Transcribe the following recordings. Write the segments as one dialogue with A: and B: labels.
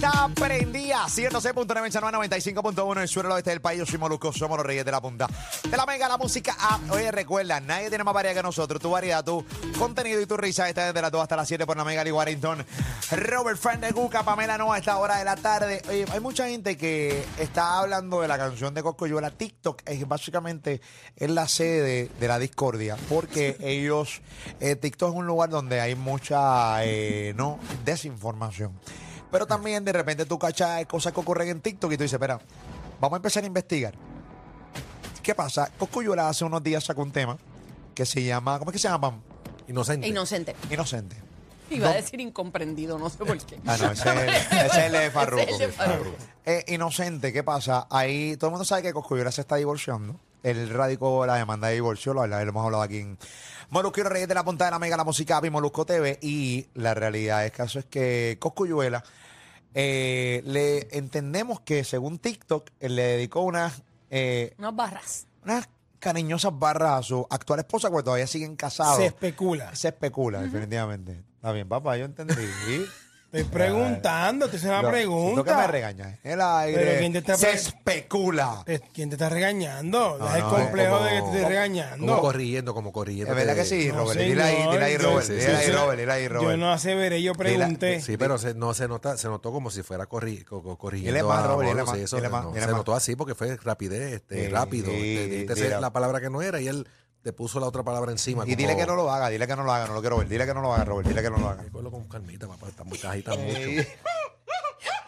A: la prendía. 106.9 en San Juan, 95.1 en el suelo oeste del país. Yo soy Molusco, somos los reyes de la punta. De la mega, la música app. Oye, recuerda, nadie tiene más variedad que nosotros. Tu variedad, tu contenido y tu risa. Esta desde las 2 hasta las 7 por la mega, Lee Warrington. Robert Frank de Cuca, Pamela Noa, a esta hora de la tarde. Oye, hay mucha gente que está hablando de la canción de Coscoyuela. TikTok es básicamente es la sede de la discordia. Porque ellos, eh, TikTok es un lugar donde hay mucha, eh, no, desinformación. Pero también de repente tú cachas cosas que ocurren en TikTok y tú dices, espera, vamos a empezar a investigar. ¿Qué pasa? Coscuyuela hace unos días sacó un tema que se llama, ¿cómo es que se llama?
B: Inocente.
C: Inocente.
A: Inocente.
C: Iba a
A: No.
C: decir incomprendido, no sé por qué.
A: Ah, no, ese es el, ese es el de Farruko.
C: Ese es el de Farruko.
A: Eh, inocente, ¿qué pasa? Ahí todo el mundo sabe que Coscuyuela se está divorciando. Él radicó la demanda de divorcio, lo, habla- lo hemos hablado aquí en Molusco y los Reyes de la Punta de la Mega, la música y Molusco TV. Y la realidad del caso es que Coscuyuela, eh, le entendemos que según TikTok, él le dedicó unas, eh,
C: Unas barras.
A: unas cariñosas barras a su actual esposa, porque todavía siguen casados.
B: Se especula.
A: Se especula, definitivamente. Está bien, papá, yo entendí. ¿sí?
B: Estoy preguntando, te hice una
A: Lo-
B: pregunta.
A: siento que me regañas. El aire
B: Pero ¿quién te está
A: se
B: pre-
A: especula.
B: Eh, ¿Quién te está regañando?
A: No,
B: Deja
A: no,
B: el complejo
A: como-
B: de que te esté
D: Como
B: regañando.
D: corrigiendo, como corrigiendo.
A: Es verdad que sí,
B: No,
A: Robert. Dile ahí,
B: señor.
A: dile ahí,
B: Sí,
A: Robert.
D: sí,
A: Dile
D: sí,
A: ahí,
D: sí.
A: Robert. Dile ahí,
B: Yo
A: Robert.
B: no aseveré, yo pregunté.
D: Sí, pero se, no se nota, se notó como si fuera corri, co- co- corrigiendo.
A: Dile más,
D: a
A: Robert, dile
D: Moros,
A: más,
D: sí, eso,
A: dile más,
D: no,
A: dile
D: se
A: más.
D: notó así porque fue rapidez, este,
A: Sí,
D: rápido.
A: sí,
D: te dijiste
A: dile.
D: la palabra que no era y él te puso la otra palabra encima.
A: Y dile que no lo haga, dile que no lo haga, no lo quiero ver. Dile que no lo haga, Robert. Dile que no lo haga.
D: Recuerdo con calmita, papá. Estás muy- estás agitado mucho.
A: Eh,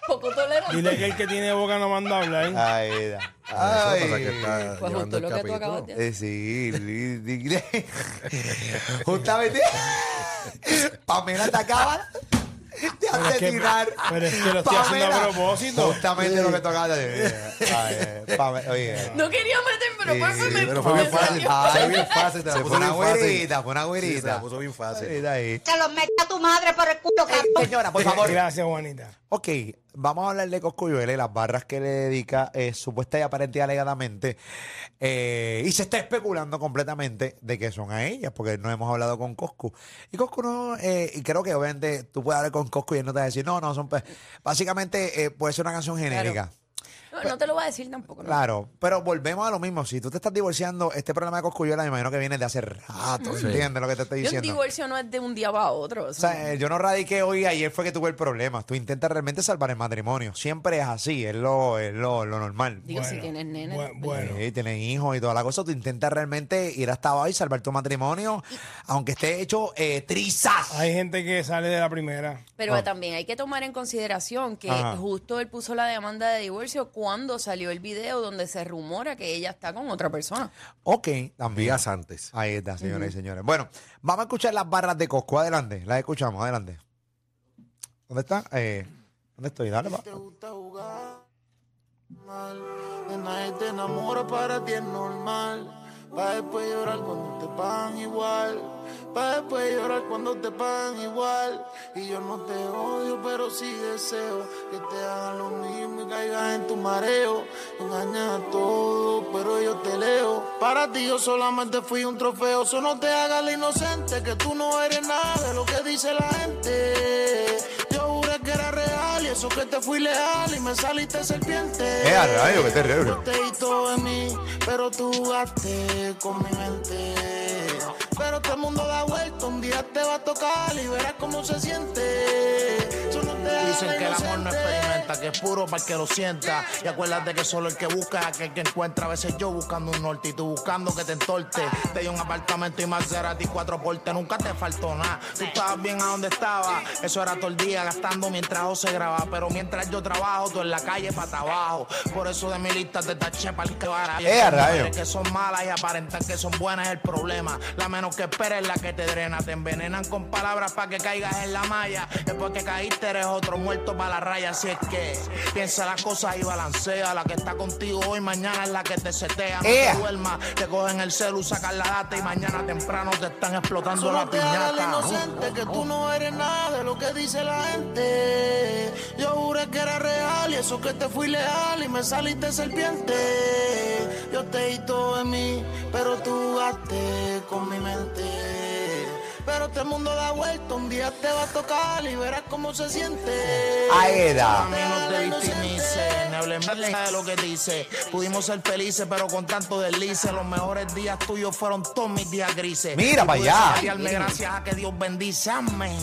C: Poco tolerante.
B: Dile que el que tiene boca no manda a
A: Ah,
B: hablar.
A: Ahí da.
D: Eso pasa que
A: Ay.
D: está
C: Pues
D: llevando
C: justo
D: el
C: lo que tú acabas
D: capítulo.
C: de
A: Eh, sí, li- dile. Justamente. Pamela te acaba de
B: Pero es que-
A: asesinar.
B: pero es que lo estoy haciendo a propósito.
A: Justamente lo que tocaba de. Ay, eh, Pamela, oye.
C: No quería meter, pero
A: Sí,
C: pues
A: sí,
C: me
D: Pero fue bien
C: me
D: fácil.
C: salió.
A: Ay,
D: Se fue bien fácil. te la
A: se
D: puso
A: fue una
D: bien fácil.
A: güerita, fue una güerita.
D: Sí, se la puso bien fácil.
A: Mira ahí. Eh,
E: Se los meta tu madre por el culo, cabrón.
A: Señora, por favor.
B: Eh, Gracias, Juanita.
A: Ok, vamos a hablar de Coscuyuela y las barras que le dedica eh, supuesta y aparente y alegadamente. Eh, y se está especulando completamente de que son a ellas, porque no hemos hablado con Coscu. Y Coscu no, eh, y creo que obviamente tú puedes hablar con Coscu y él no te va a decir, no, no, son. pe-". Básicamente eh, puede ser una canción genérica.
C: No, no te lo voy a decir tampoco. ¿no?
A: Claro, pero volvemos a lo mismo. Si tú te estás divorciando, este problema de Coscuyuela me imagino que viene de hace rato.
D: Sí.
A: ¿Entiendes lo que te estoy
C: Yo un
A: diciendo?
C: divorcio no es de un día para otro. o
A: O
C: sea,
A: sea, eh, yo no radiqué hoy, ayer fue que tuve el problema. Tú intentas realmente salvar el matrimonio. Siempre es así, es lo, es lo, lo normal.
C: digo, si
B: Bueno,
C: tienes nene.
B: bu- Bueno,
A: Sí, tienes hijos y toda la cosa. Tú intentas realmente ir hasta abajo y salvar tu matrimonio, aunque esté hecho eh, trizas.
B: hay gente que sale de la primera.
C: Pero
A: Ah.
C: también hay que tomar en consideración que
A: Ajá.
C: justo él puso la demanda de divorcio cuando salió el video donde se rumora que ella está con otra persona.
A: Ok, también.
D: Días antes.
A: Ahí está, señoras y señores. Bueno, vamos a escuchar las barras de Cosco. Adelante, las escuchamos, adelante. ¿Dónde está? Eh, ¿Dónde estoy? Dale, va.
F: te gusta jugar mal. De nadie te enamora, para ti es normal. Pa' después llorar cuando te pagan igual. Pa' después llorar cuando te pagan igual. Y yo no te odio, pero sí deseo que te hagan lo mismo y caigas en tu mareo. Engañas a todo, pero yo te leo. Para ti yo solamente fui un trofeo. Solo no te hagas la inocente, que tú no eres nada de lo que dice la gente. Yo juré que era real y eso que te fui leal y me saliste serpiente.
A: Eh, a rayo, qué terrible.
F: Yo te di todo de mí, pero tú jugaste con mi mente. Pero este mundo da vuelta, un día te va a tocar y verás cómo se siente. Solo te hagas
G: Dicen
F: la
G: que el amor no
F: inocente.
G: experimenta, que es puro para el que lo sienta. Y acuérdate que solo el que busca es aquel que encuentra. A veces yo buscando un norte y tú buscando que te entorte. Te di un apartamento y más a ti cuatro portes. Nunca te faltó nada. Tú estabas bien a donde estaba. Eso era todo el día gastando mientras José grababa. Pero mientras yo trabajo, tú en la calle para abajo. Por eso de mi lista te taché para el que vara. Y
A: Eh,
G: esas
A: rayo.
G: mujeres que son malas y aparentan que son buenas es el problema. La menos que esperes es la que te drena. Te envenenan con palabras para que caigas en la malla. Después que caíste eres otro muerto para la raya. Así es que piensa las cosas y balancea. La que está contigo hoy, mañana es la que te setea. No
A: Ea.
G: te duermas, te cogen el celu, sacan la data y mañana temprano te están explotando
F: Solo
G: la
F: te hagas la
G: piñata.
F: inocente, que tú no eres nada de lo que dice la gente. Yo juré que era real y eso que te fui leal y me saliste serpiente. Yo te di todo de mí, pero tú jugaste con mi mente. Pero este mundo da vuelta, un día te va a tocar y verás cómo se siente.
A: Ahí está.
F: Solo te hagas la
G: hables más de lo que dice. Pudimos ser felices, pero con tanto deslice. Los mejores días tuyos fueron todos mis días grises.
A: Mira
G: Y
A: pa'
G: pude
A: allá.
G: saciarme gracias a que Dios bendice. Amén.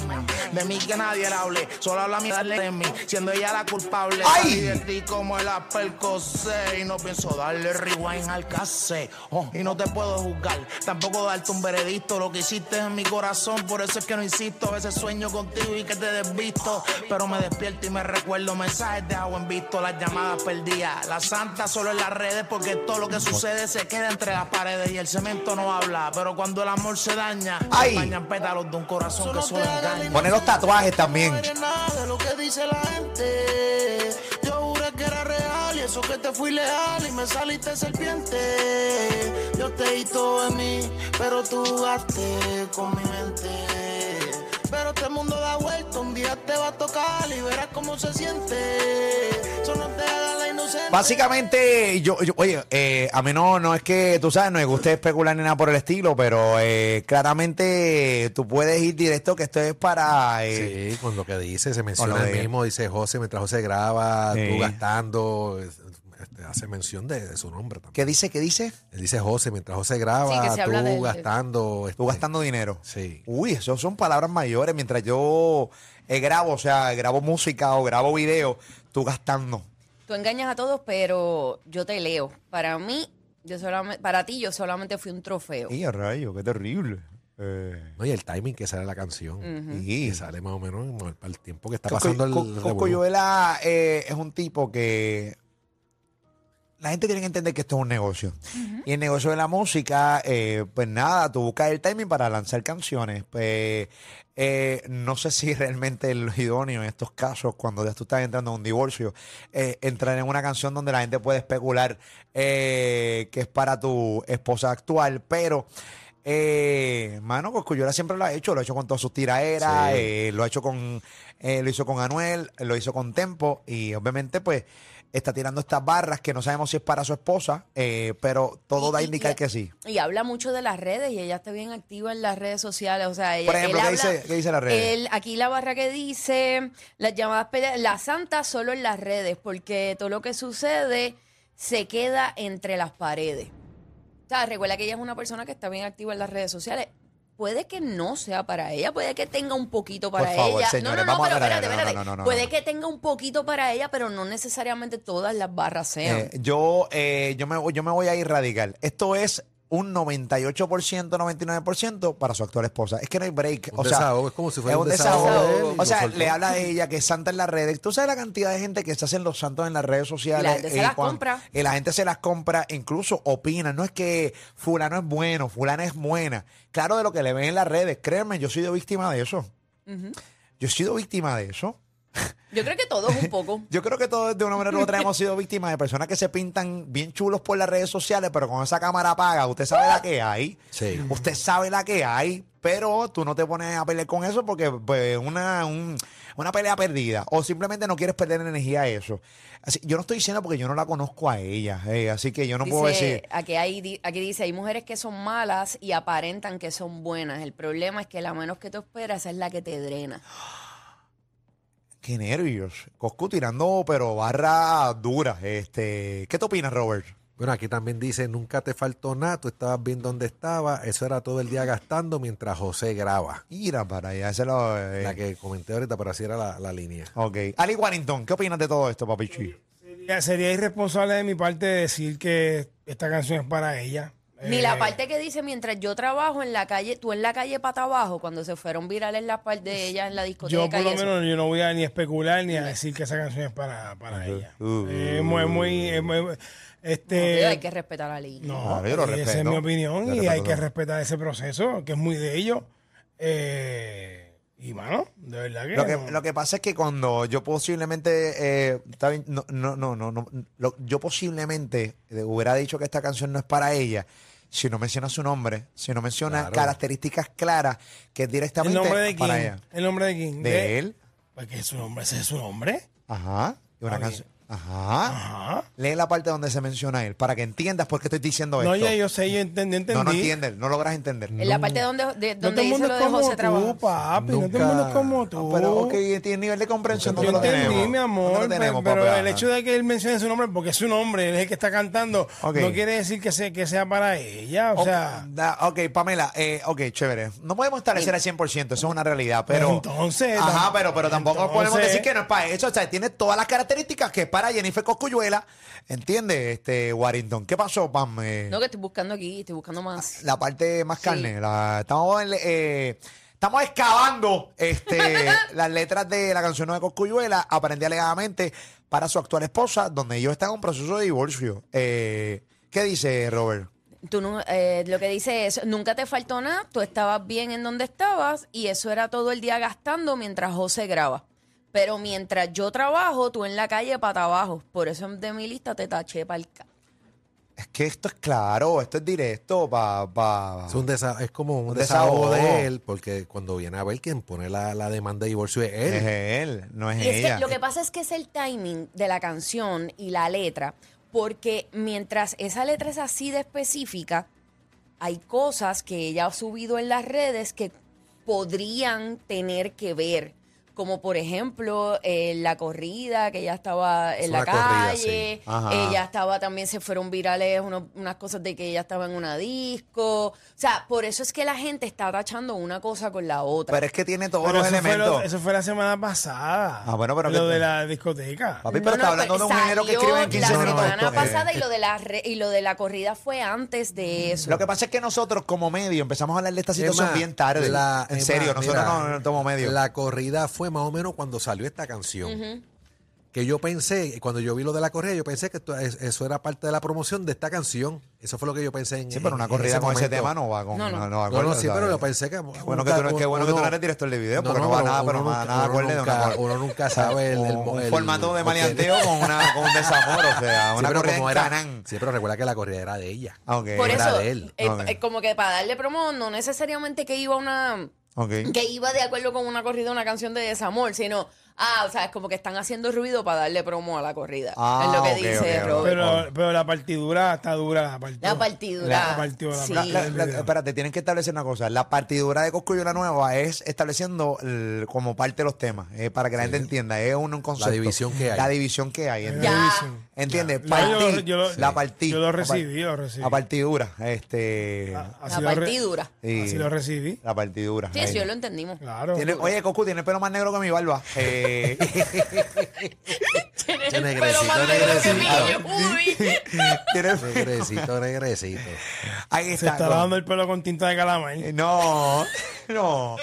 G: De mí que nadie le hable, solo habla mierda de mí, siendo ella la culpable.
A: ¡Ay!
G: Salí de ti como el apercosé y no pienso darle rewind al cassette. Oh, y no te puedo juzgar, tampoco darte un veredicto. Lo que hiciste en mi corazón, por eso es que no insisto. A veces sueño contigo y que te desvisto, pero me despierto y me recuerdo mensajes de agua en visto, las llamadas perdidas. La santa solo en las redes porque todo lo que sucede se queda entre las paredes y el cemento no habla. Pero cuando el amor se daña,
A: ¡Ay!
G: se dañan pétalos de un corazón que solo engaña.
A: Pone los tatuajes también.
F: eres nada de lo que dice la gente. Yo juré que era real y eso que te fui leal y me saliste serpiente. Yo te di todo de mí, pero tú jugaste con mi mente. Pero este mundo da vuelta, un día te va a tocar y verás cómo se siente. Eso no te haga la inocente.
A: Básicamente, yo, yo- oye, eh, a mí no, no es que, tú sabes, no me guste especular ni nada por el estilo, pero eh, claramente tú puedes ir directo que esto es para... eh,
D: Sí, con lo que dice,
A: Con
D: se
A: lo
D: menciona
A: de-
D: el mismo, dice José, mientras José graba,
A: Sí.
D: tú gastando, es- este, hace mención de, de su nombre también.
A: ¿Qué dice? ¿Qué dice?
D: Él dice José, mientras José
C: Sí,
D: graba,
C: que se
D: tú
C: habla de- de-
D: gastando.
A: Tú
D: este,
A: gastando dinero.
D: Sí.
A: Uy, eso son palabras mayores. Mientras yo eh, grabo, o sea, grabo música o grabo video, tú gastando.
C: Tú engañas a todos, pero yo te leo. Para mí, yo solamente, para ti, yo solamente fui un trofeo.
A: Y rayo, qué terrible. Eh,
D: No, y el timing que sale la canción.
A: y-
D: Que sale más o menos como el- para el tiempo que está
A: Coco-
D: pasando el.
A: Co-
D: revolú.
A: Coco Yuela, eh, es un tipo que la gente tiene que entender que esto es un negocio. Y el negocio de la música, eh, pues nada, tú buscas el timing para lanzar canciones. Pues eh, no sé si realmente es lo idóneo en estos casos, cuando ya tú estás entrando en un divorcio, eh, entrar en una canción donde la gente puede especular eh, que es para tu esposa actual, pero... Eh, mano, Coscuyola siempre lo ha hecho, lo ha hecho con todas sus tiraderas,
D: Sí.
A: eh, lo ha hecho con, eh, lo hizo con Anuel, lo hizo con Tempo y obviamente pues está tirando estas barras que no sabemos si es para su esposa, eh, pero todo
C: Y-
A: da a
C: y-
A: indicar
C: y-
A: que sí.
C: Y habla mucho de las redes y ella está bien activa en las redes sociales. O sea, ella,
A: Por ejemplo,
C: él
A: ¿qué dice-
C: habla-
A: qué dice las redes?
C: él- aquí la barra que dice, las llamadas peleas, la santa solo en las redes, porque todo lo que sucede se queda entre las paredes. O sea, recuerda que ella es una persona que está bien activa en las redes sociales. Puede que no sea para ella, puede que tenga un poquito para
A: Por favor,
C: ella.
A: señores,
C: no, no, no,
A: vamos a
C: pero
A: ver, a ver,
C: espérate,
A: no, no,
C: espérate.
A: no, no, no,
C: puede
A: no.
C: que tenga un poquito para ella, pero no necesariamente todas las barras sean.
A: Eh, yo, eh, yo, me, voy- yo me voy a ir radical. Esto es un 98%, 99% para su actual esposa. Es que no hay break.
D: Un
A: o sea,
D: desahogo, es como si fuera un
C: desahogo de él y
A: O
D: lo
A: sea,
D: soltó.
A: le habla de ella que es santa en las redes. Tú sabes la cantidad de gente que se hacen los santos en las redes sociales.
C: Y la gente se
A: eh,
C: las
A: cuan-
C: compra.
A: y la gente se las compra, incluso opina. No es que fulano es bueno, fulana es buena. Claro, de lo que le ven en las redes. Créeme, yo he sido víctima de eso. Yo he sido víctima de eso.
C: Yo creo que todos un poco.
A: Yo creo que todos de una manera u otra hemos sido víctimas de personas que se pintan bien chulos por las redes sociales, pero con esa cámara apaga, usted sabe la que hay.
D: Sí.
A: Usted sabe la que hay, pero tú no te pones a pelear con eso porque pues, una, un- una pelea perdida o simplemente no quieres perder energía a eso. Así- yo no estoy diciendo porque yo no la conozco a ella, eh, así que yo no puedo
C: Dice,
A: decir...
C: Aquí, hay, di- aquí dice, hay mujeres que son malas y aparentan que son buenas. El problema es que la menos que tú esperas es la que te drena.
A: Qué nervios. Coscu tirando, pero barra dura. Este, ¿Qué te opinas, Robert?
D: Bueno, aquí también dice, nunca te faltó nada, tú estabas bien donde estaba, eso era todo el día gastando mientras José graba.
A: Mira para allá, ese lo... eh,
D: La que comenté ahorita, pero así era la, la línea.
A: Ok. Ali Warrington, ¿qué opinas de todo esto, papichi?
B: Sería, sería irresponsable de mi parte decir que esta canción es para ella.
C: Ni
B: Eh,
C: la parte que dice, mientras yo trabajo en la calle, tú en la calle para abajo, cuando se fueron virales las partes de ella en la discoteca.
B: Yo por
C: y
B: lo
C: eso.
B: menos yo no voy a ni especular ni a decir que esa canción es para, para ella.
A: Uh.
B: Eh, es muy, muy, es muy-
C: Pero
B: este,
C: hay que respetar la ley.
B: No,
A: Claro, yo lo
B: esa es
A: respeto.
B: mi opinión
A: Yo
B: y
A: respeto
B: hay que
A: todo.
B: respetar ese proceso, que es muy de ellos. Eh, y mano, de verdad que.
A: Lo que,
B: no.
A: lo que pasa es que cuando yo posiblemente eh, está bien, no, no, no, no, no, lo- yo posiblemente eh, hubiera dicho que esta canción no es para ella. Si no menciona su nombre, si no menciona
D: Claro.
A: características claras que es
B: ¿El
A: directamente
B: nombre de quién?
A: para ella.
B: ¿El nombre de quién?
A: De él.
B: Pues que es su nombre, ese es su nombre.
A: Ajá. Y una
B: Está
A: canción.
B: bien.
A: Ajá.
B: Ajá.
A: Lee la parte donde se menciona él para que entiendas por qué estoy diciendo
B: No,
A: esto.
B: ya yo sé, yo enten- yo entendí.
A: no, no entiendes, no logras entender.
C: En la parte donde, de- donde
B: No todo el
C: dice
B: mundo
C: lo
B: es
C: de
B: como
C: José
B: tú, pues.
C: Trabajo.
B: papi. No todo el mundo es como tú.
A: Ah, pero ok, tiene nivel de comprensión.
B: Yo
A: ¿dónde lo
B: entendí,
A: tenemos?
B: mi
A: ¿Dónde
B: amor,
A: lo
B: pe-
A: tenemos,
B: pero
A: papi?
B: el hecho de que él mencione su nombre, porque es su nombre, él es el que está cantando,
A: Ok.
B: no quiere decir que sea, que sea para ella. O
A: Ok,
B: sea,
A: da- ok, Pamela, eh, ok, chévere. No podemos establecer al 100%, eso es una realidad, pero...
B: Pues Entonces,
A: Ajá,
B: tam-
A: pero, pero tampoco podemos
B: entonces-
A: decir que no es para eso. O sea, tiene todas las características que es para Jennifer Coscuyuela, ¿entiendes, este, Warrington? ¿Qué pasó, Pam? Eh,
C: No, que estoy buscando aquí, estoy buscando más.
A: La parte más
C: Sí.
A: carne, la- estamos, en- eh, estamos excavando este, las letras de la canción de Coscuyuela, aprendí alegadamente, para su actual esposa, donde ellos están en un proceso de divorcio. Eh, ¿Qué dice Robert?
C: Tú nu- eh, lo que dice es, nunca te faltó nada, tú estabas bien en donde estabas y eso era todo el día gastando mientras José graba. Pero mientras yo trabajo, tú en la calle para abajo. Por eso de mi lista te taché para el...
A: Es que esto es claro, esto es directo para...
D: Es, un desa- es como un,
A: Ah. Un
D: desahogo,
A: desahogo.
D: de él, porque cuando viene a ver quien pone la, la demanda de divorcio es él.
A: Es él, no es
C: Y es
A: ella.
C: que lo que pasa es que es el timing de la canción y la letra, porque mientras esa letra es así de específica, hay cosas que ella ha subido en las redes que podrían tener que ver, como por ejemplo eh, la corrida que ella estaba en
D: Es
C: la
D: una corrida,
C: calle,
D: sí.
A: Ajá.
C: ella estaba también se fueron virales uno- unas cosas de que ella estaba en una disco, o sea, por eso es que la gente está tachando una cosa con la otra.
A: Pero es que tiene todos
B: pero
A: los
B: eso, fue
A: elementos.
B: lo- eso fue la semana pasada.
A: Ah, bueno, pero
B: Lo
A: que- Ah,
B: de la discoteca.
A: Papi, pero está hablando de un
C: pero
A: género que escribe en
C: salió
A: 15
C: La
A: minutos.
C: semana
A: Eh,
C: pasada y lo, de la re- y lo de la corrida fue antes de eso.
A: Lo que pasa es que nosotros como medio empezamos a hablar de esta situación
D: Emma,
A: bien tarde.
D: la-
A: en
D: Emma,
A: serio, nosotros
D: mira,
A: no, no tomamos medio.
D: La corrida fue más o menos cuando salió esta canción. Que yo pensé, cuando yo vi lo de la corrida, yo pensé que esto- es- eso era parte de la promoción de esta canción. Eso fue lo que yo pensé en
A: sí, pero una
D: en
A: corrida con ese
D: momento.
A: tema no va con...
C: No, no.
A: va
D: No,
A: con-
D: no,
A: o
D: sí,
A: sea, eh,
D: pero lo pensé que...
A: bueno que tú no- qué bueno que tú no eres director de video, porque no va nada, pero nada, nada, acuerde de una
D: nunca,
A: cor-
D: uno nunca sabe el, el-
A: un
D: el-
A: formato de
D: el-
A: maleanteo con, una, con un desamor, o sea,
D: Sí,
A: una
D: pero
A: corrida
D: como
A: en
D: era-
A: Canaán.
D: Sí, pero recuerda que la corrida era de ella.
A: Ah, ok.
C: Por
D: era
C: eso,
D: de él.
C: eh,
A: Ok.
C: eh, como que para darle promo, no necesariamente que iba una.
A: Ok.
C: Que iba de acuerdo con una corrida, una canción de desamor, sino. Ah, o sea, es como que están haciendo ruido para darle promo a la corrida.
A: Ah,
C: es lo que
A: ok,
C: dice
A: ok, ok.
C: Robert.
B: Pero, pero la partidura está dura. La partidura.
C: La partidura,
B: La partidura.
C: sí.
A: La-
B: la
A: la- la-
B: partidura.
A: espérate, tienen que establecer una cosa. La partidura de Coscuyuela Nueva es estableciendo el- como parte de los temas, eh, para que la gente entienda. Es un, un concepto.
D: división que hay.
A: La división que hay. ¿entiendes?
C: Ya.
A: ¿Entiendes?
B: Ya.
A: Partí,
B: No, yo lo- yo lo-
A: la
B: sí.
A: partí.
B: Yo lo
A: la par-
B: recibí, yo lo recibí.
A: La partidura. Este,
C: La
B: Ah, Así lo re-
C: partidura.
A: y-
B: Así lo recibí.
A: La partidura.
C: Sí,
A: ahí.
C: eso yo lo entendimos.
B: Claro.
A: Tiene- oye, Coscu tiene el pelo más negro que mi barba. Eh,
C: Tiene
D: Yo
C: el pelo
D: negrecito,
C: más negro que mi
D: negrecito.
C: Uy.
A: tiene-
D: Regresito, regresito.
A: ahí
B: Se
A: está.
B: está
A: Coscu.
B: lavando el pelo con tinta de calamar.
A: Eh, No, no.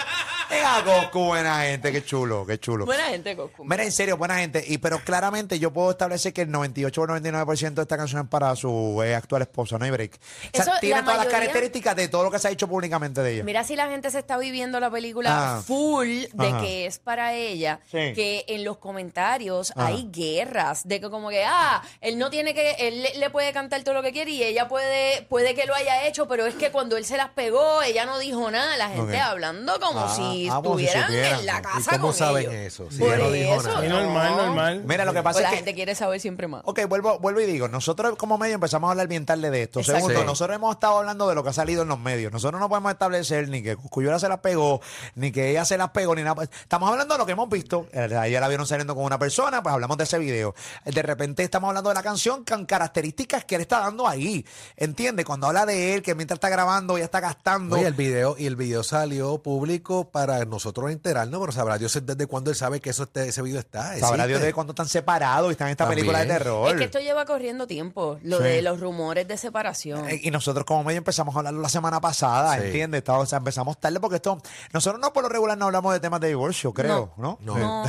A: Venga, Coscu, buena gente. Qué chulo, qué chulo.
C: Buena gente, Goku.
A: Mira, en serio, buena gente. Y pero claramente yo puedo establecer que el 98 o 99% de esta canción es para su eh, actual esposa, no hay break. O sea,
C: Eso,
A: tiene
C: la
A: todas las
C: mayoría-
A: características de todo lo que se ha dicho públicamente de ella.
C: Mira si la gente se está viviendo la película
A: Ah.
C: full de
A: Ajá.
C: que es para ella,
A: Sí. Ah.
C: que en los comentarios
A: Ajá.
C: hay guerras de que como que ah, él no tiene que él le, le puede cantar todo lo que quiere y ella puede puede que lo haya hecho, pero es que cuando él se las pegó, ella no dijo nada, la gente
A: Ok.
C: hablando como
A: Ah,
C: si
A: ah, como si
C: estuvieran
A: supieran.
C: en la
A: ¿Y
C: casa
D: cómo
C: con
D: saben
C: ellos.
D: eso? Si
C: Por
D: ella no dijo
C: eso,
D: nada.
B: Sí,
C: no.
B: normal, normal.
A: Mira, lo que
C: Pues
A: pasa
C: la
A: es
C: gente
A: que.
C: quiere saber siempre más.
A: Ok, vuelvo, vuelvo y digo, nosotros como medio empezamos a hablar bien tarde de esto.
C: Exacto.
A: Segundo,
D: Sí.
A: nosotros hemos estado hablando de lo que ha salido en los medios. Nosotros no podemos establecer ni que Cuyuela se las pegó, ni que ella se las pegó, ni nada. Estamos hablando de lo que hemos visto. Eh, Ayer la vieron saliendo con una persona, pues hablamos de ese video. De repente estamos hablando de la canción con características que él está dando ahí. ¿Entiendes? Cuando habla de él, que mientras está grabando, ya está gastando.
D: Oye, el video, y el video salió público para nosotros enterarnos, pero sabrá Dios desde cuándo él sabe que eso este- ese video está.
A: Sabrá
D: existe.
A: Dios de cuándo están separados y están en esta
D: También.
A: película de terror.
C: Es que esto lleva corriendo tiempo, lo
A: Sí.
C: de los rumores de separación.
A: Eh, Y nosotros como medio empezamos a hablarlo la semana pasada,
D: Mm. Sí.
A: ¿entiendes? Está- O sea, empezamos tarde porque esto... Nosotros no por lo regular no hablamos de temas de divorcio, creo, ¿no? Eh,
D: No.
C: No.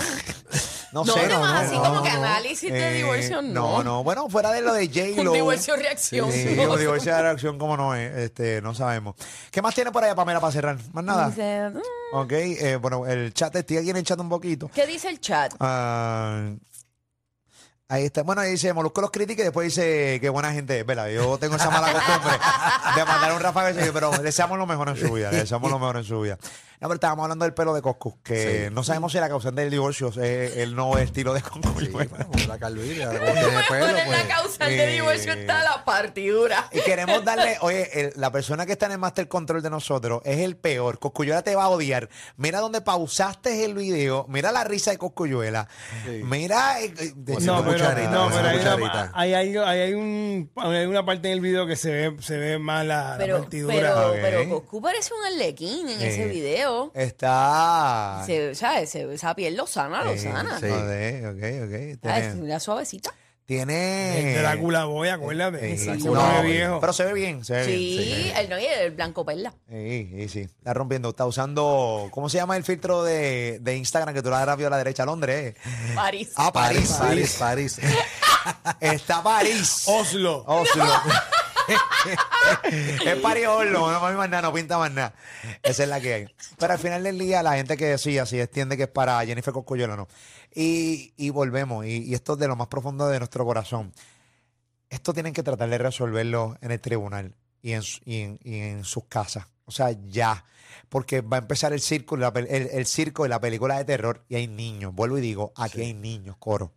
A: No,
C: No,
A: sé,
C: temas así como que
A: no. Eh,
C: análisis de divorcio,
A: No,
C: no.
A: no. Bueno, fuera de lo de J-Lo.
C: Un divorcio reacción.
A: Sí, un divorcio de reacción como no es, este, no sabemos. ¿Qué más tiene por allá, Pamela, para cerrar? Más nada.
C: Dice, "Mm".
A: Ok, eh, bueno, el chat, estoy aquí en el chat un poquito.
C: ¿Qué dice el chat?
A: Ah, ahí está. Bueno, ahí dice Molusco los critica y después dice que buena gente. es, ¿verdad? yo tengo esa mala costumbre de mandar un ráfaga, de- pero le deseamos lo mejor en su vida. Le deseamos lo mejor en su vida. No, pero estábamos hablando del pelo de Coscu, que no sabemos si la causa del divorcio es el nuevo estilo de Coscu.
D: Sí, bueno, la calviria, como tiene pelo,
C: ¿Cuál es la
D: pues.
C: causa del
A: eh,
C: divorcio? Está la partidura.
A: Y queremos darle, oye, el- la persona que está en el master control de nosotros es el peor. Coscuyuela te va a odiar. Mira donde pausaste el video. Mira la risa de Coscuyuela. Mira. eh, eh,
D: Haciendo
B: No, pero,
D: cucharita,
B: no, pero
D: haciendo
B: hay,
D: cucharita.
B: una, hay, algo- hay, un, hay una parte en el video que se ve, se ve más la, la
C: Pero,
B: partidura.
C: pero,
A: ok.
C: pero Goku parece un arlequín en ese
A: Eh,
C: video.
A: Está.
C: Se, ¿sabes? Se, esa piel lo sana, lo
A: Eh,
C: sana.
A: Ah. sí. Joder, ok, ok.
C: ¿Sabes?
A: Tiene.
C: Una suavecita.
A: tiene-
B: El Drácula Boy, acuérdate.
A: Ah, Eh,
B: Ese
A: Drácula
B: culo de
A: Boy.
B: viejo.
A: Pero se ve bien, se ve
C: Sí,
A: bien. sí.
C: el, no, y el blanco perla.
A: Sí, sí, sí. Está rompiendo. Está usando. ¿Cómo se llama el filtro de, de Instagram que tú le das rápido a la derecha a Londres? eh?
C: París.
A: Ah, París. Oh,
D: París, París.
A: Está París.
B: Oslo.
A: Oslo. es París Oslo, no para mí más nada, no pinta más nada. Esa es la que hay. Pero al final del día, la gente que decía, si entiende que es para Jennifer Coscoyola, no. Y, y volvemos, y, y esto es de lo más profundo de nuestro corazón. Esto tienen que tratar de resolverlo en el tribunal y en, su- y en- y en sus casas. O sea, ya. Porque va a empezar el circo, y la pel- el, el circo y la película de terror y hay niños. Vuelvo y digo, aquí hay niños, coro.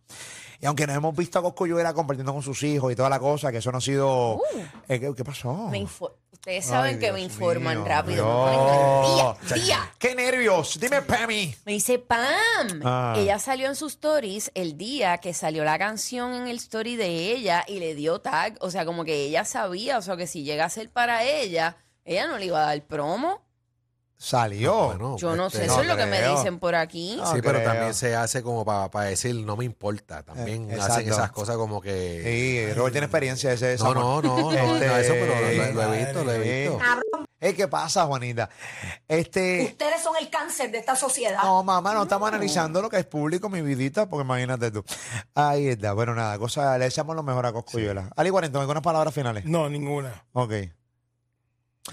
A: Y aunque nos hemos visto a Coscuyuela compartiendo con sus hijos y toda la cosa, que eso no ha sido. Eh, ¿qué, qué pasó?
C: Uh. Me info- Ustedes saben que
A: Dios
C: me informan
A: mío,
C: rápido.
A: Dios.
C: Me ponen al día, día.
A: ¡Qué nervios! Dime, Pammy.
C: Me dice Pam.
A: Ah.
C: Ella salió en sus stories el día que salió la canción en el story de ella y le dio tag. O sea, como que ella sabía, o sea, que si llega a ser para ella, ella no le iba a dar promo.
A: Salió.
D: Bueno,
C: Yo no
D: este, Ah,
C: sé, eso es lo que me
A: creo.
C: dicen por aquí.
A: No
D: Sí, pero
A: creo.
D: también se hace como para decir, no me importa. También
A: Eh,
D: hacen
A: exacto.
D: esas cosas como que.
A: Sí, Robert tiene experiencia ese. ese
D: No,
A: amor.
D: no, no, no,
A: Este,
D: no, eso, pero lo, lo he visto, lo he
A: eh,
D: visto.
A: eh, ¿Qué pasa, Juanita? Este.
E: Ustedes son el cáncer de esta sociedad.
A: No, mamá, no estamos analizando lo que es público, mi vidita, porque imagínate tú. Ahí está. Bueno, nada, cosa, le echamos lo mejor a Coscuyuela. Ali Guarento, algunas palabras finales.
B: No, ninguna.
A: Ok.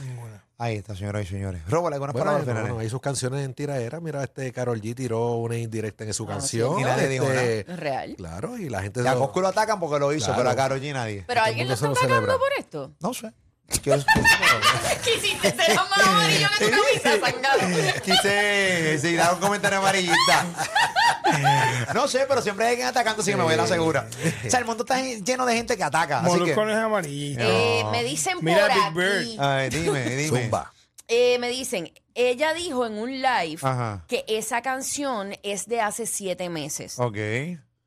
B: Ninguna.
A: Ahí está, señoras y señores. Róbale algunas
D: Bueno,
A: palabras
D: no,
A: finales.
D: no, y sus canciones en tiraera. Mira, este Carol G tiró una indirecta en su
C: Ah,
D: canción.
A: Y nadie dijo
D: este,
C: Es real.
D: Claro, y la gente.
A: Y a
D: lo-
A: Coscu lo atacan porque lo hizo,
D: Claro.
A: pero a Karol G nadie.
C: Pero
D: todo el
C: alguien lo
D: mundo se
C: está
D: lo
C: atacando
D: celebra.
C: por esto.
A: No sé. Quiero-
C: Quisiste ser amador y yo me tu camisa sangado.
A: Quise sí, dar un comentario amarillista. No sé, pero siempre hay alguien atacando, así que me voy a la segura. O sea, el mundo está lleno de gente que ataca. Así que,
B: Molusco no es amarillito.
C: Eh, me dicen
B: Mira
C: por
B: a Big Bird.
C: aquí.
A: Ay, dime, dime.
D: Zumba.
C: Eh, me dicen, ella dijo en un live
A: Ajá.
C: que esa canción es de hace siete meses.
A: Ok.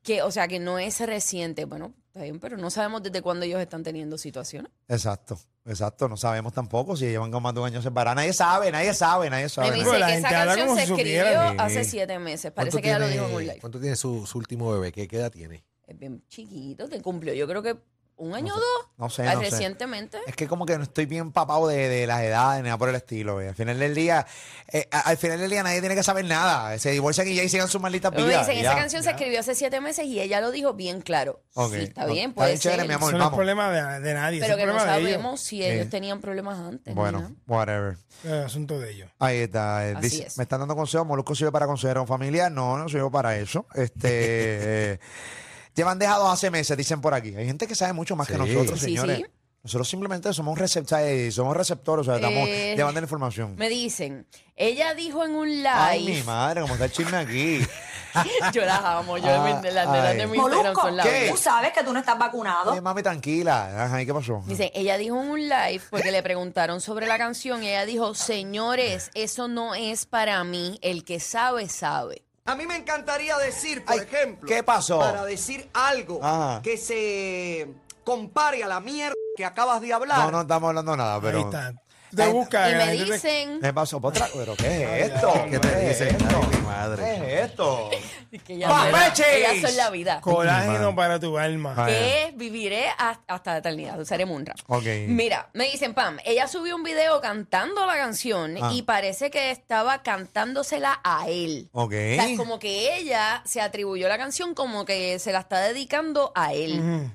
C: Que, o sea, que no es reciente. Bueno, está bien, pero no sabemos desde cuándo ellos están teniendo situaciones.
A: Exacto, exacto. No sabemos tampoco si llevan con más de un año separados. Nadie sabe, nadie sabe, nadie
C: Me
A: sabe.
C: dice
A: nadie-
B: Bueno, la
C: que esa
B: gente habla
C: canción
B: como
C: se
B: si
C: escribió
B: supiera.
C: hace
A: Sí.
C: siete meses.
D: ¿Cuánto
C: Parece que ella lo
D: tiene-
C: dijo en un live.
D: ¿Cuánto tiene su, su último bebé? ¿Qué, qué edad tiene?
C: Es bien chiquito, te cumplió. Yo creo que un año o dos.
A: No sé,
C: Ah,
A: no sé.
C: recientemente.
A: Es que como que no estoy bien papado de, de las edades, ni nada por el estilo. güey. Al final del día, eh, a- al final del día nadie tiene que saber nada. Se divorcian y ya hicieron sus malditas
C: Me
A: vidas.
C: dicen,
A: y
C: esa
A: ya.
C: canción se escribió hace siete meses y ella lo dijo bien claro.
A: Ok,
C: Sí, está
A: ok.
C: bien,
A: Está
C: puede
A: bien chévere,
C: ser.
A: mi amor.
B: Eso no es
A: vamos.
B: problema de, de nadie.
C: Pero
B: eso
C: que
B: es
C: no
B: problema de ellos.
C: sabemos si ellos
A: Sí.
C: tenían problemas antes.
A: Bueno,
C: ni
A: whatever.
B: Es el asunto de ellos.
A: Ahí está. eh,
C: Así
A: dice-
C: es.
A: Me están dando consejos. Molusco sirve para consejero familiar. No, no sirve para eso. Este, eh, llevan dejados hace meses, dicen por aquí. Hay gente que sabe mucho más que
D: Sí.
A: nosotros,
C: Sí,
A: señores.
C: sí.
A: Nosotros simplemente somos, receptores, somos receptores, o sea, estamos
C: Eh,
A: llevando la información.
C: nada. Me dicen, ella dijo en un live.
A: Ay, mi madre, cómo está el chisme aquí.
C: yo las amo, yo
A: Ah,
C: mis- las nenas de
A: ay.
C: mi Instagram
E: Molusco,
C: son la
A: ¿Qué?
E: tú sabes que tú no estás vacunado.
A: Oye, mami, tranquila. Ajá, ¿y qué pasó?
C: Dicen, ella dijo en un live porque le preguntaron sobre la canción y ella dijo, señores, eso no es para mí, el que sabe, sabe.
H: A mí me encantaría decir, por
A: Ay,
H: ejemplo,
A: ¿qué pasó? Ah.
H: para decir algo
A: Ajá.
H: que se compare a la mierda que acabas de hablar.
A: No, no estamos hablando nada, pero.
B: Ahí está. Te
A: Ay,
B: busca.
C: y
B: la
C: me
B: gente te-
C: dicen
A: ¿Qué pasó? ¿Otra? ¿Pero qué es
B: Ay,
A: esto?
B: ay,
D: ¿Qué te
A: es
D: dicen?
A: esto?
D: Ay, mi madre.
A: ¿Qué es esto?
C: que ellas,
A: ¡Más
C: no eran-
A: leches!
C: ellas son la vida.
B: Colágeno para tu alma.
A: Mm. Ay.
C: que viviré hasta, hasta la eternidad. Usaré Munra.
A: Ok.
C: Mira, me dicen, Pam, ella subió un video cantando la canción
A: Ah.
C: y parece que estaba cantándosela a él.
A: Ok.
C: O sea, es como que ella se atribuyó la canción como que se la está dedicando a él.
B: Ujú.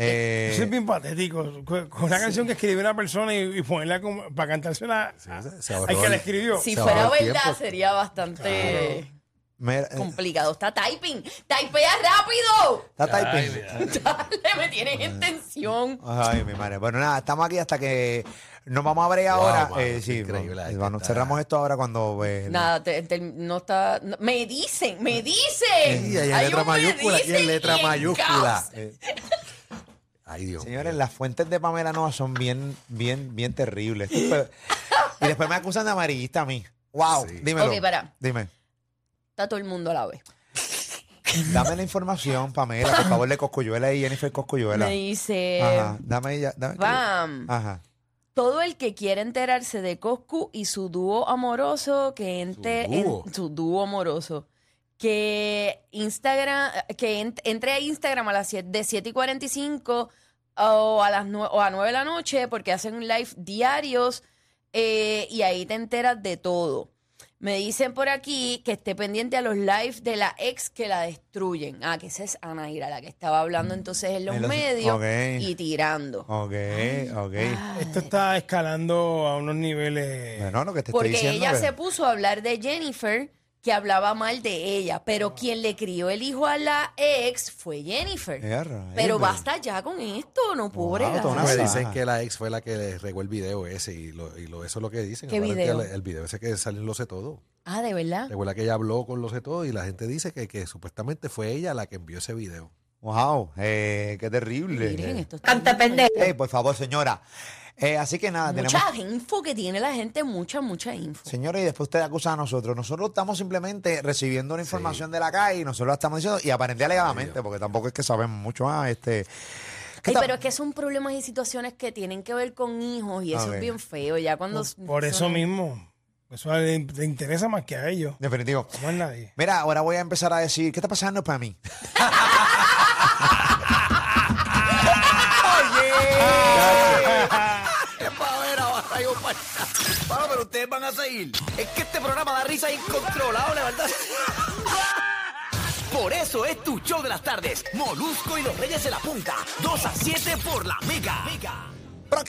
A: Eh,
B: Eso es bien patético. Con con una canción que escribió una persona y, y ponerla como, para cantársela
D: se- se ahorró
B: al que la
D: el-
B: escribió.
C: Si
D: Se
C: fuera
D: ahorra el
C: verdad,
D: tiempo.
C: sería bastante
A: mira, eh,
C: complicado. Está typing. ¡Typea rápido!
A: Está typing.
C: Dale, me tienes
D: Ah.
C: en tensión.
A: Ay, mi madre. Bueno, nada, estamos aquí hasta que nos vamos a abrir ahora.
D: mano,
A: Eh,
D: qué
A: sí,
D: increíble,
A: bueno,
D: hay que
A: bueno,
D: estar-
A: cerramos esto ahora cuando. eh,
C: Nada, te- te- no está. no- me dicen, me dicen.
D: Y hay en
C: Hay
D: letra
C: un me
D: mayúscula. Y
C: dicen
D: en letra
C: y en caos.
D: mayúscula. Eh. Ay, Dios.
A: Señores,
D: mío.
A: las fuentes de Pamela Noa son bien, bien, bien terribles. y después me acusan de amarillista a mí. Wow,
D: Sí.
A: dímelo.
C: Ok, para.
A: Dime.
C: Está todo el mundo a la vez.
A: Dame la información, Pamela, por favor, de Coscuyuela y Jennifer Coscuyuela.
C: Me dice.
A: Ajá, dame ella. Dame
C: Pam.
A: Ajá.
C: Todo el que quiera enterarse de Coscu y su dúo amoroso, que entre
D: Su
C: en-
D: dúo.
C: su dúo amoroso, que Instagram, que ent- entre a Instagram a las siete- de 7 y 45 o a las nue- o a 9 de la noche, porque hacen un live diarios eh, y ahí te enteras de todo. Me dicen por aquí que esté pendiente a los lives de la ex que la destruyen. Ah, que esa es Anaira, la que estaba hablando entonces en los,
A: En los-
C: medios
A: ok.
C: y tirando.
A: Ok, ok.
B: Esto está escalando a unos niveles.
A: Bueno, lo que te
C: Porque
A: estoy diciendo.
C: ella
A: que-
C: se puso a hablar de Jennifer, que hablaba mal de ella, pero quien le crió el hijo a la ex fue Jennifer.
A: Eh, rayos.
C: Pero basta ya con esto, no pobre.
A: toda una
D: Pues
A: Ajá.
D: dicen que la ex fue la que le regó el video ese y, lo, y lo- eso es lo que dicen.
C: ¿Qué
D: Aparente
C: video?
D: El, el video ese que sale en Lo Sé Todo.
C: Ah, de verdad.
D: Recuerda que ella habló con Lo Sé Todo y la gente dice que, que supuestamente fue ella la que envió ese video.
A: Wow, eh, qué terrible.
C: Virgen, esto está
E: Canta
C: bien
E: pendejo.
A: Eh, por favor, señora. Eh, así que nada,
C: fuerte.
A: tenemos.
C: Mucha info que tiene la gente, mucha, mucha info.
A: Señores, y después usted acusa a nosotros. Nosotros estamos simplemente recibiendo una información de la calle y nosotros la estamos diciendo y aparentemente alegadamente, porque tampoco es que sabemos mucho. Ah, este. ¿qué
C: Ay,
A: tal?
C: pero es que son problemas y situaciones que tienen que ver con hijos y eso
A: Ok.
C: es bien feo. Ya cuando
B: Por eso
C: son-
B: mismo. Eso le, le interesa más que a ellos.
A: Definitivo.
B: No es nadie.
A: Mira, ahora voy a empezar a decir, ¿qué está pasando para mí?
H: Es para ver a Barrayo Bueno, pero ustedes van a seguir. Es que este programa da risa incontrolable, ¿verdad? Por eso es tu show de las tardes. Molusco y los Reyes de la Punta. 2 a 7 por la Mega.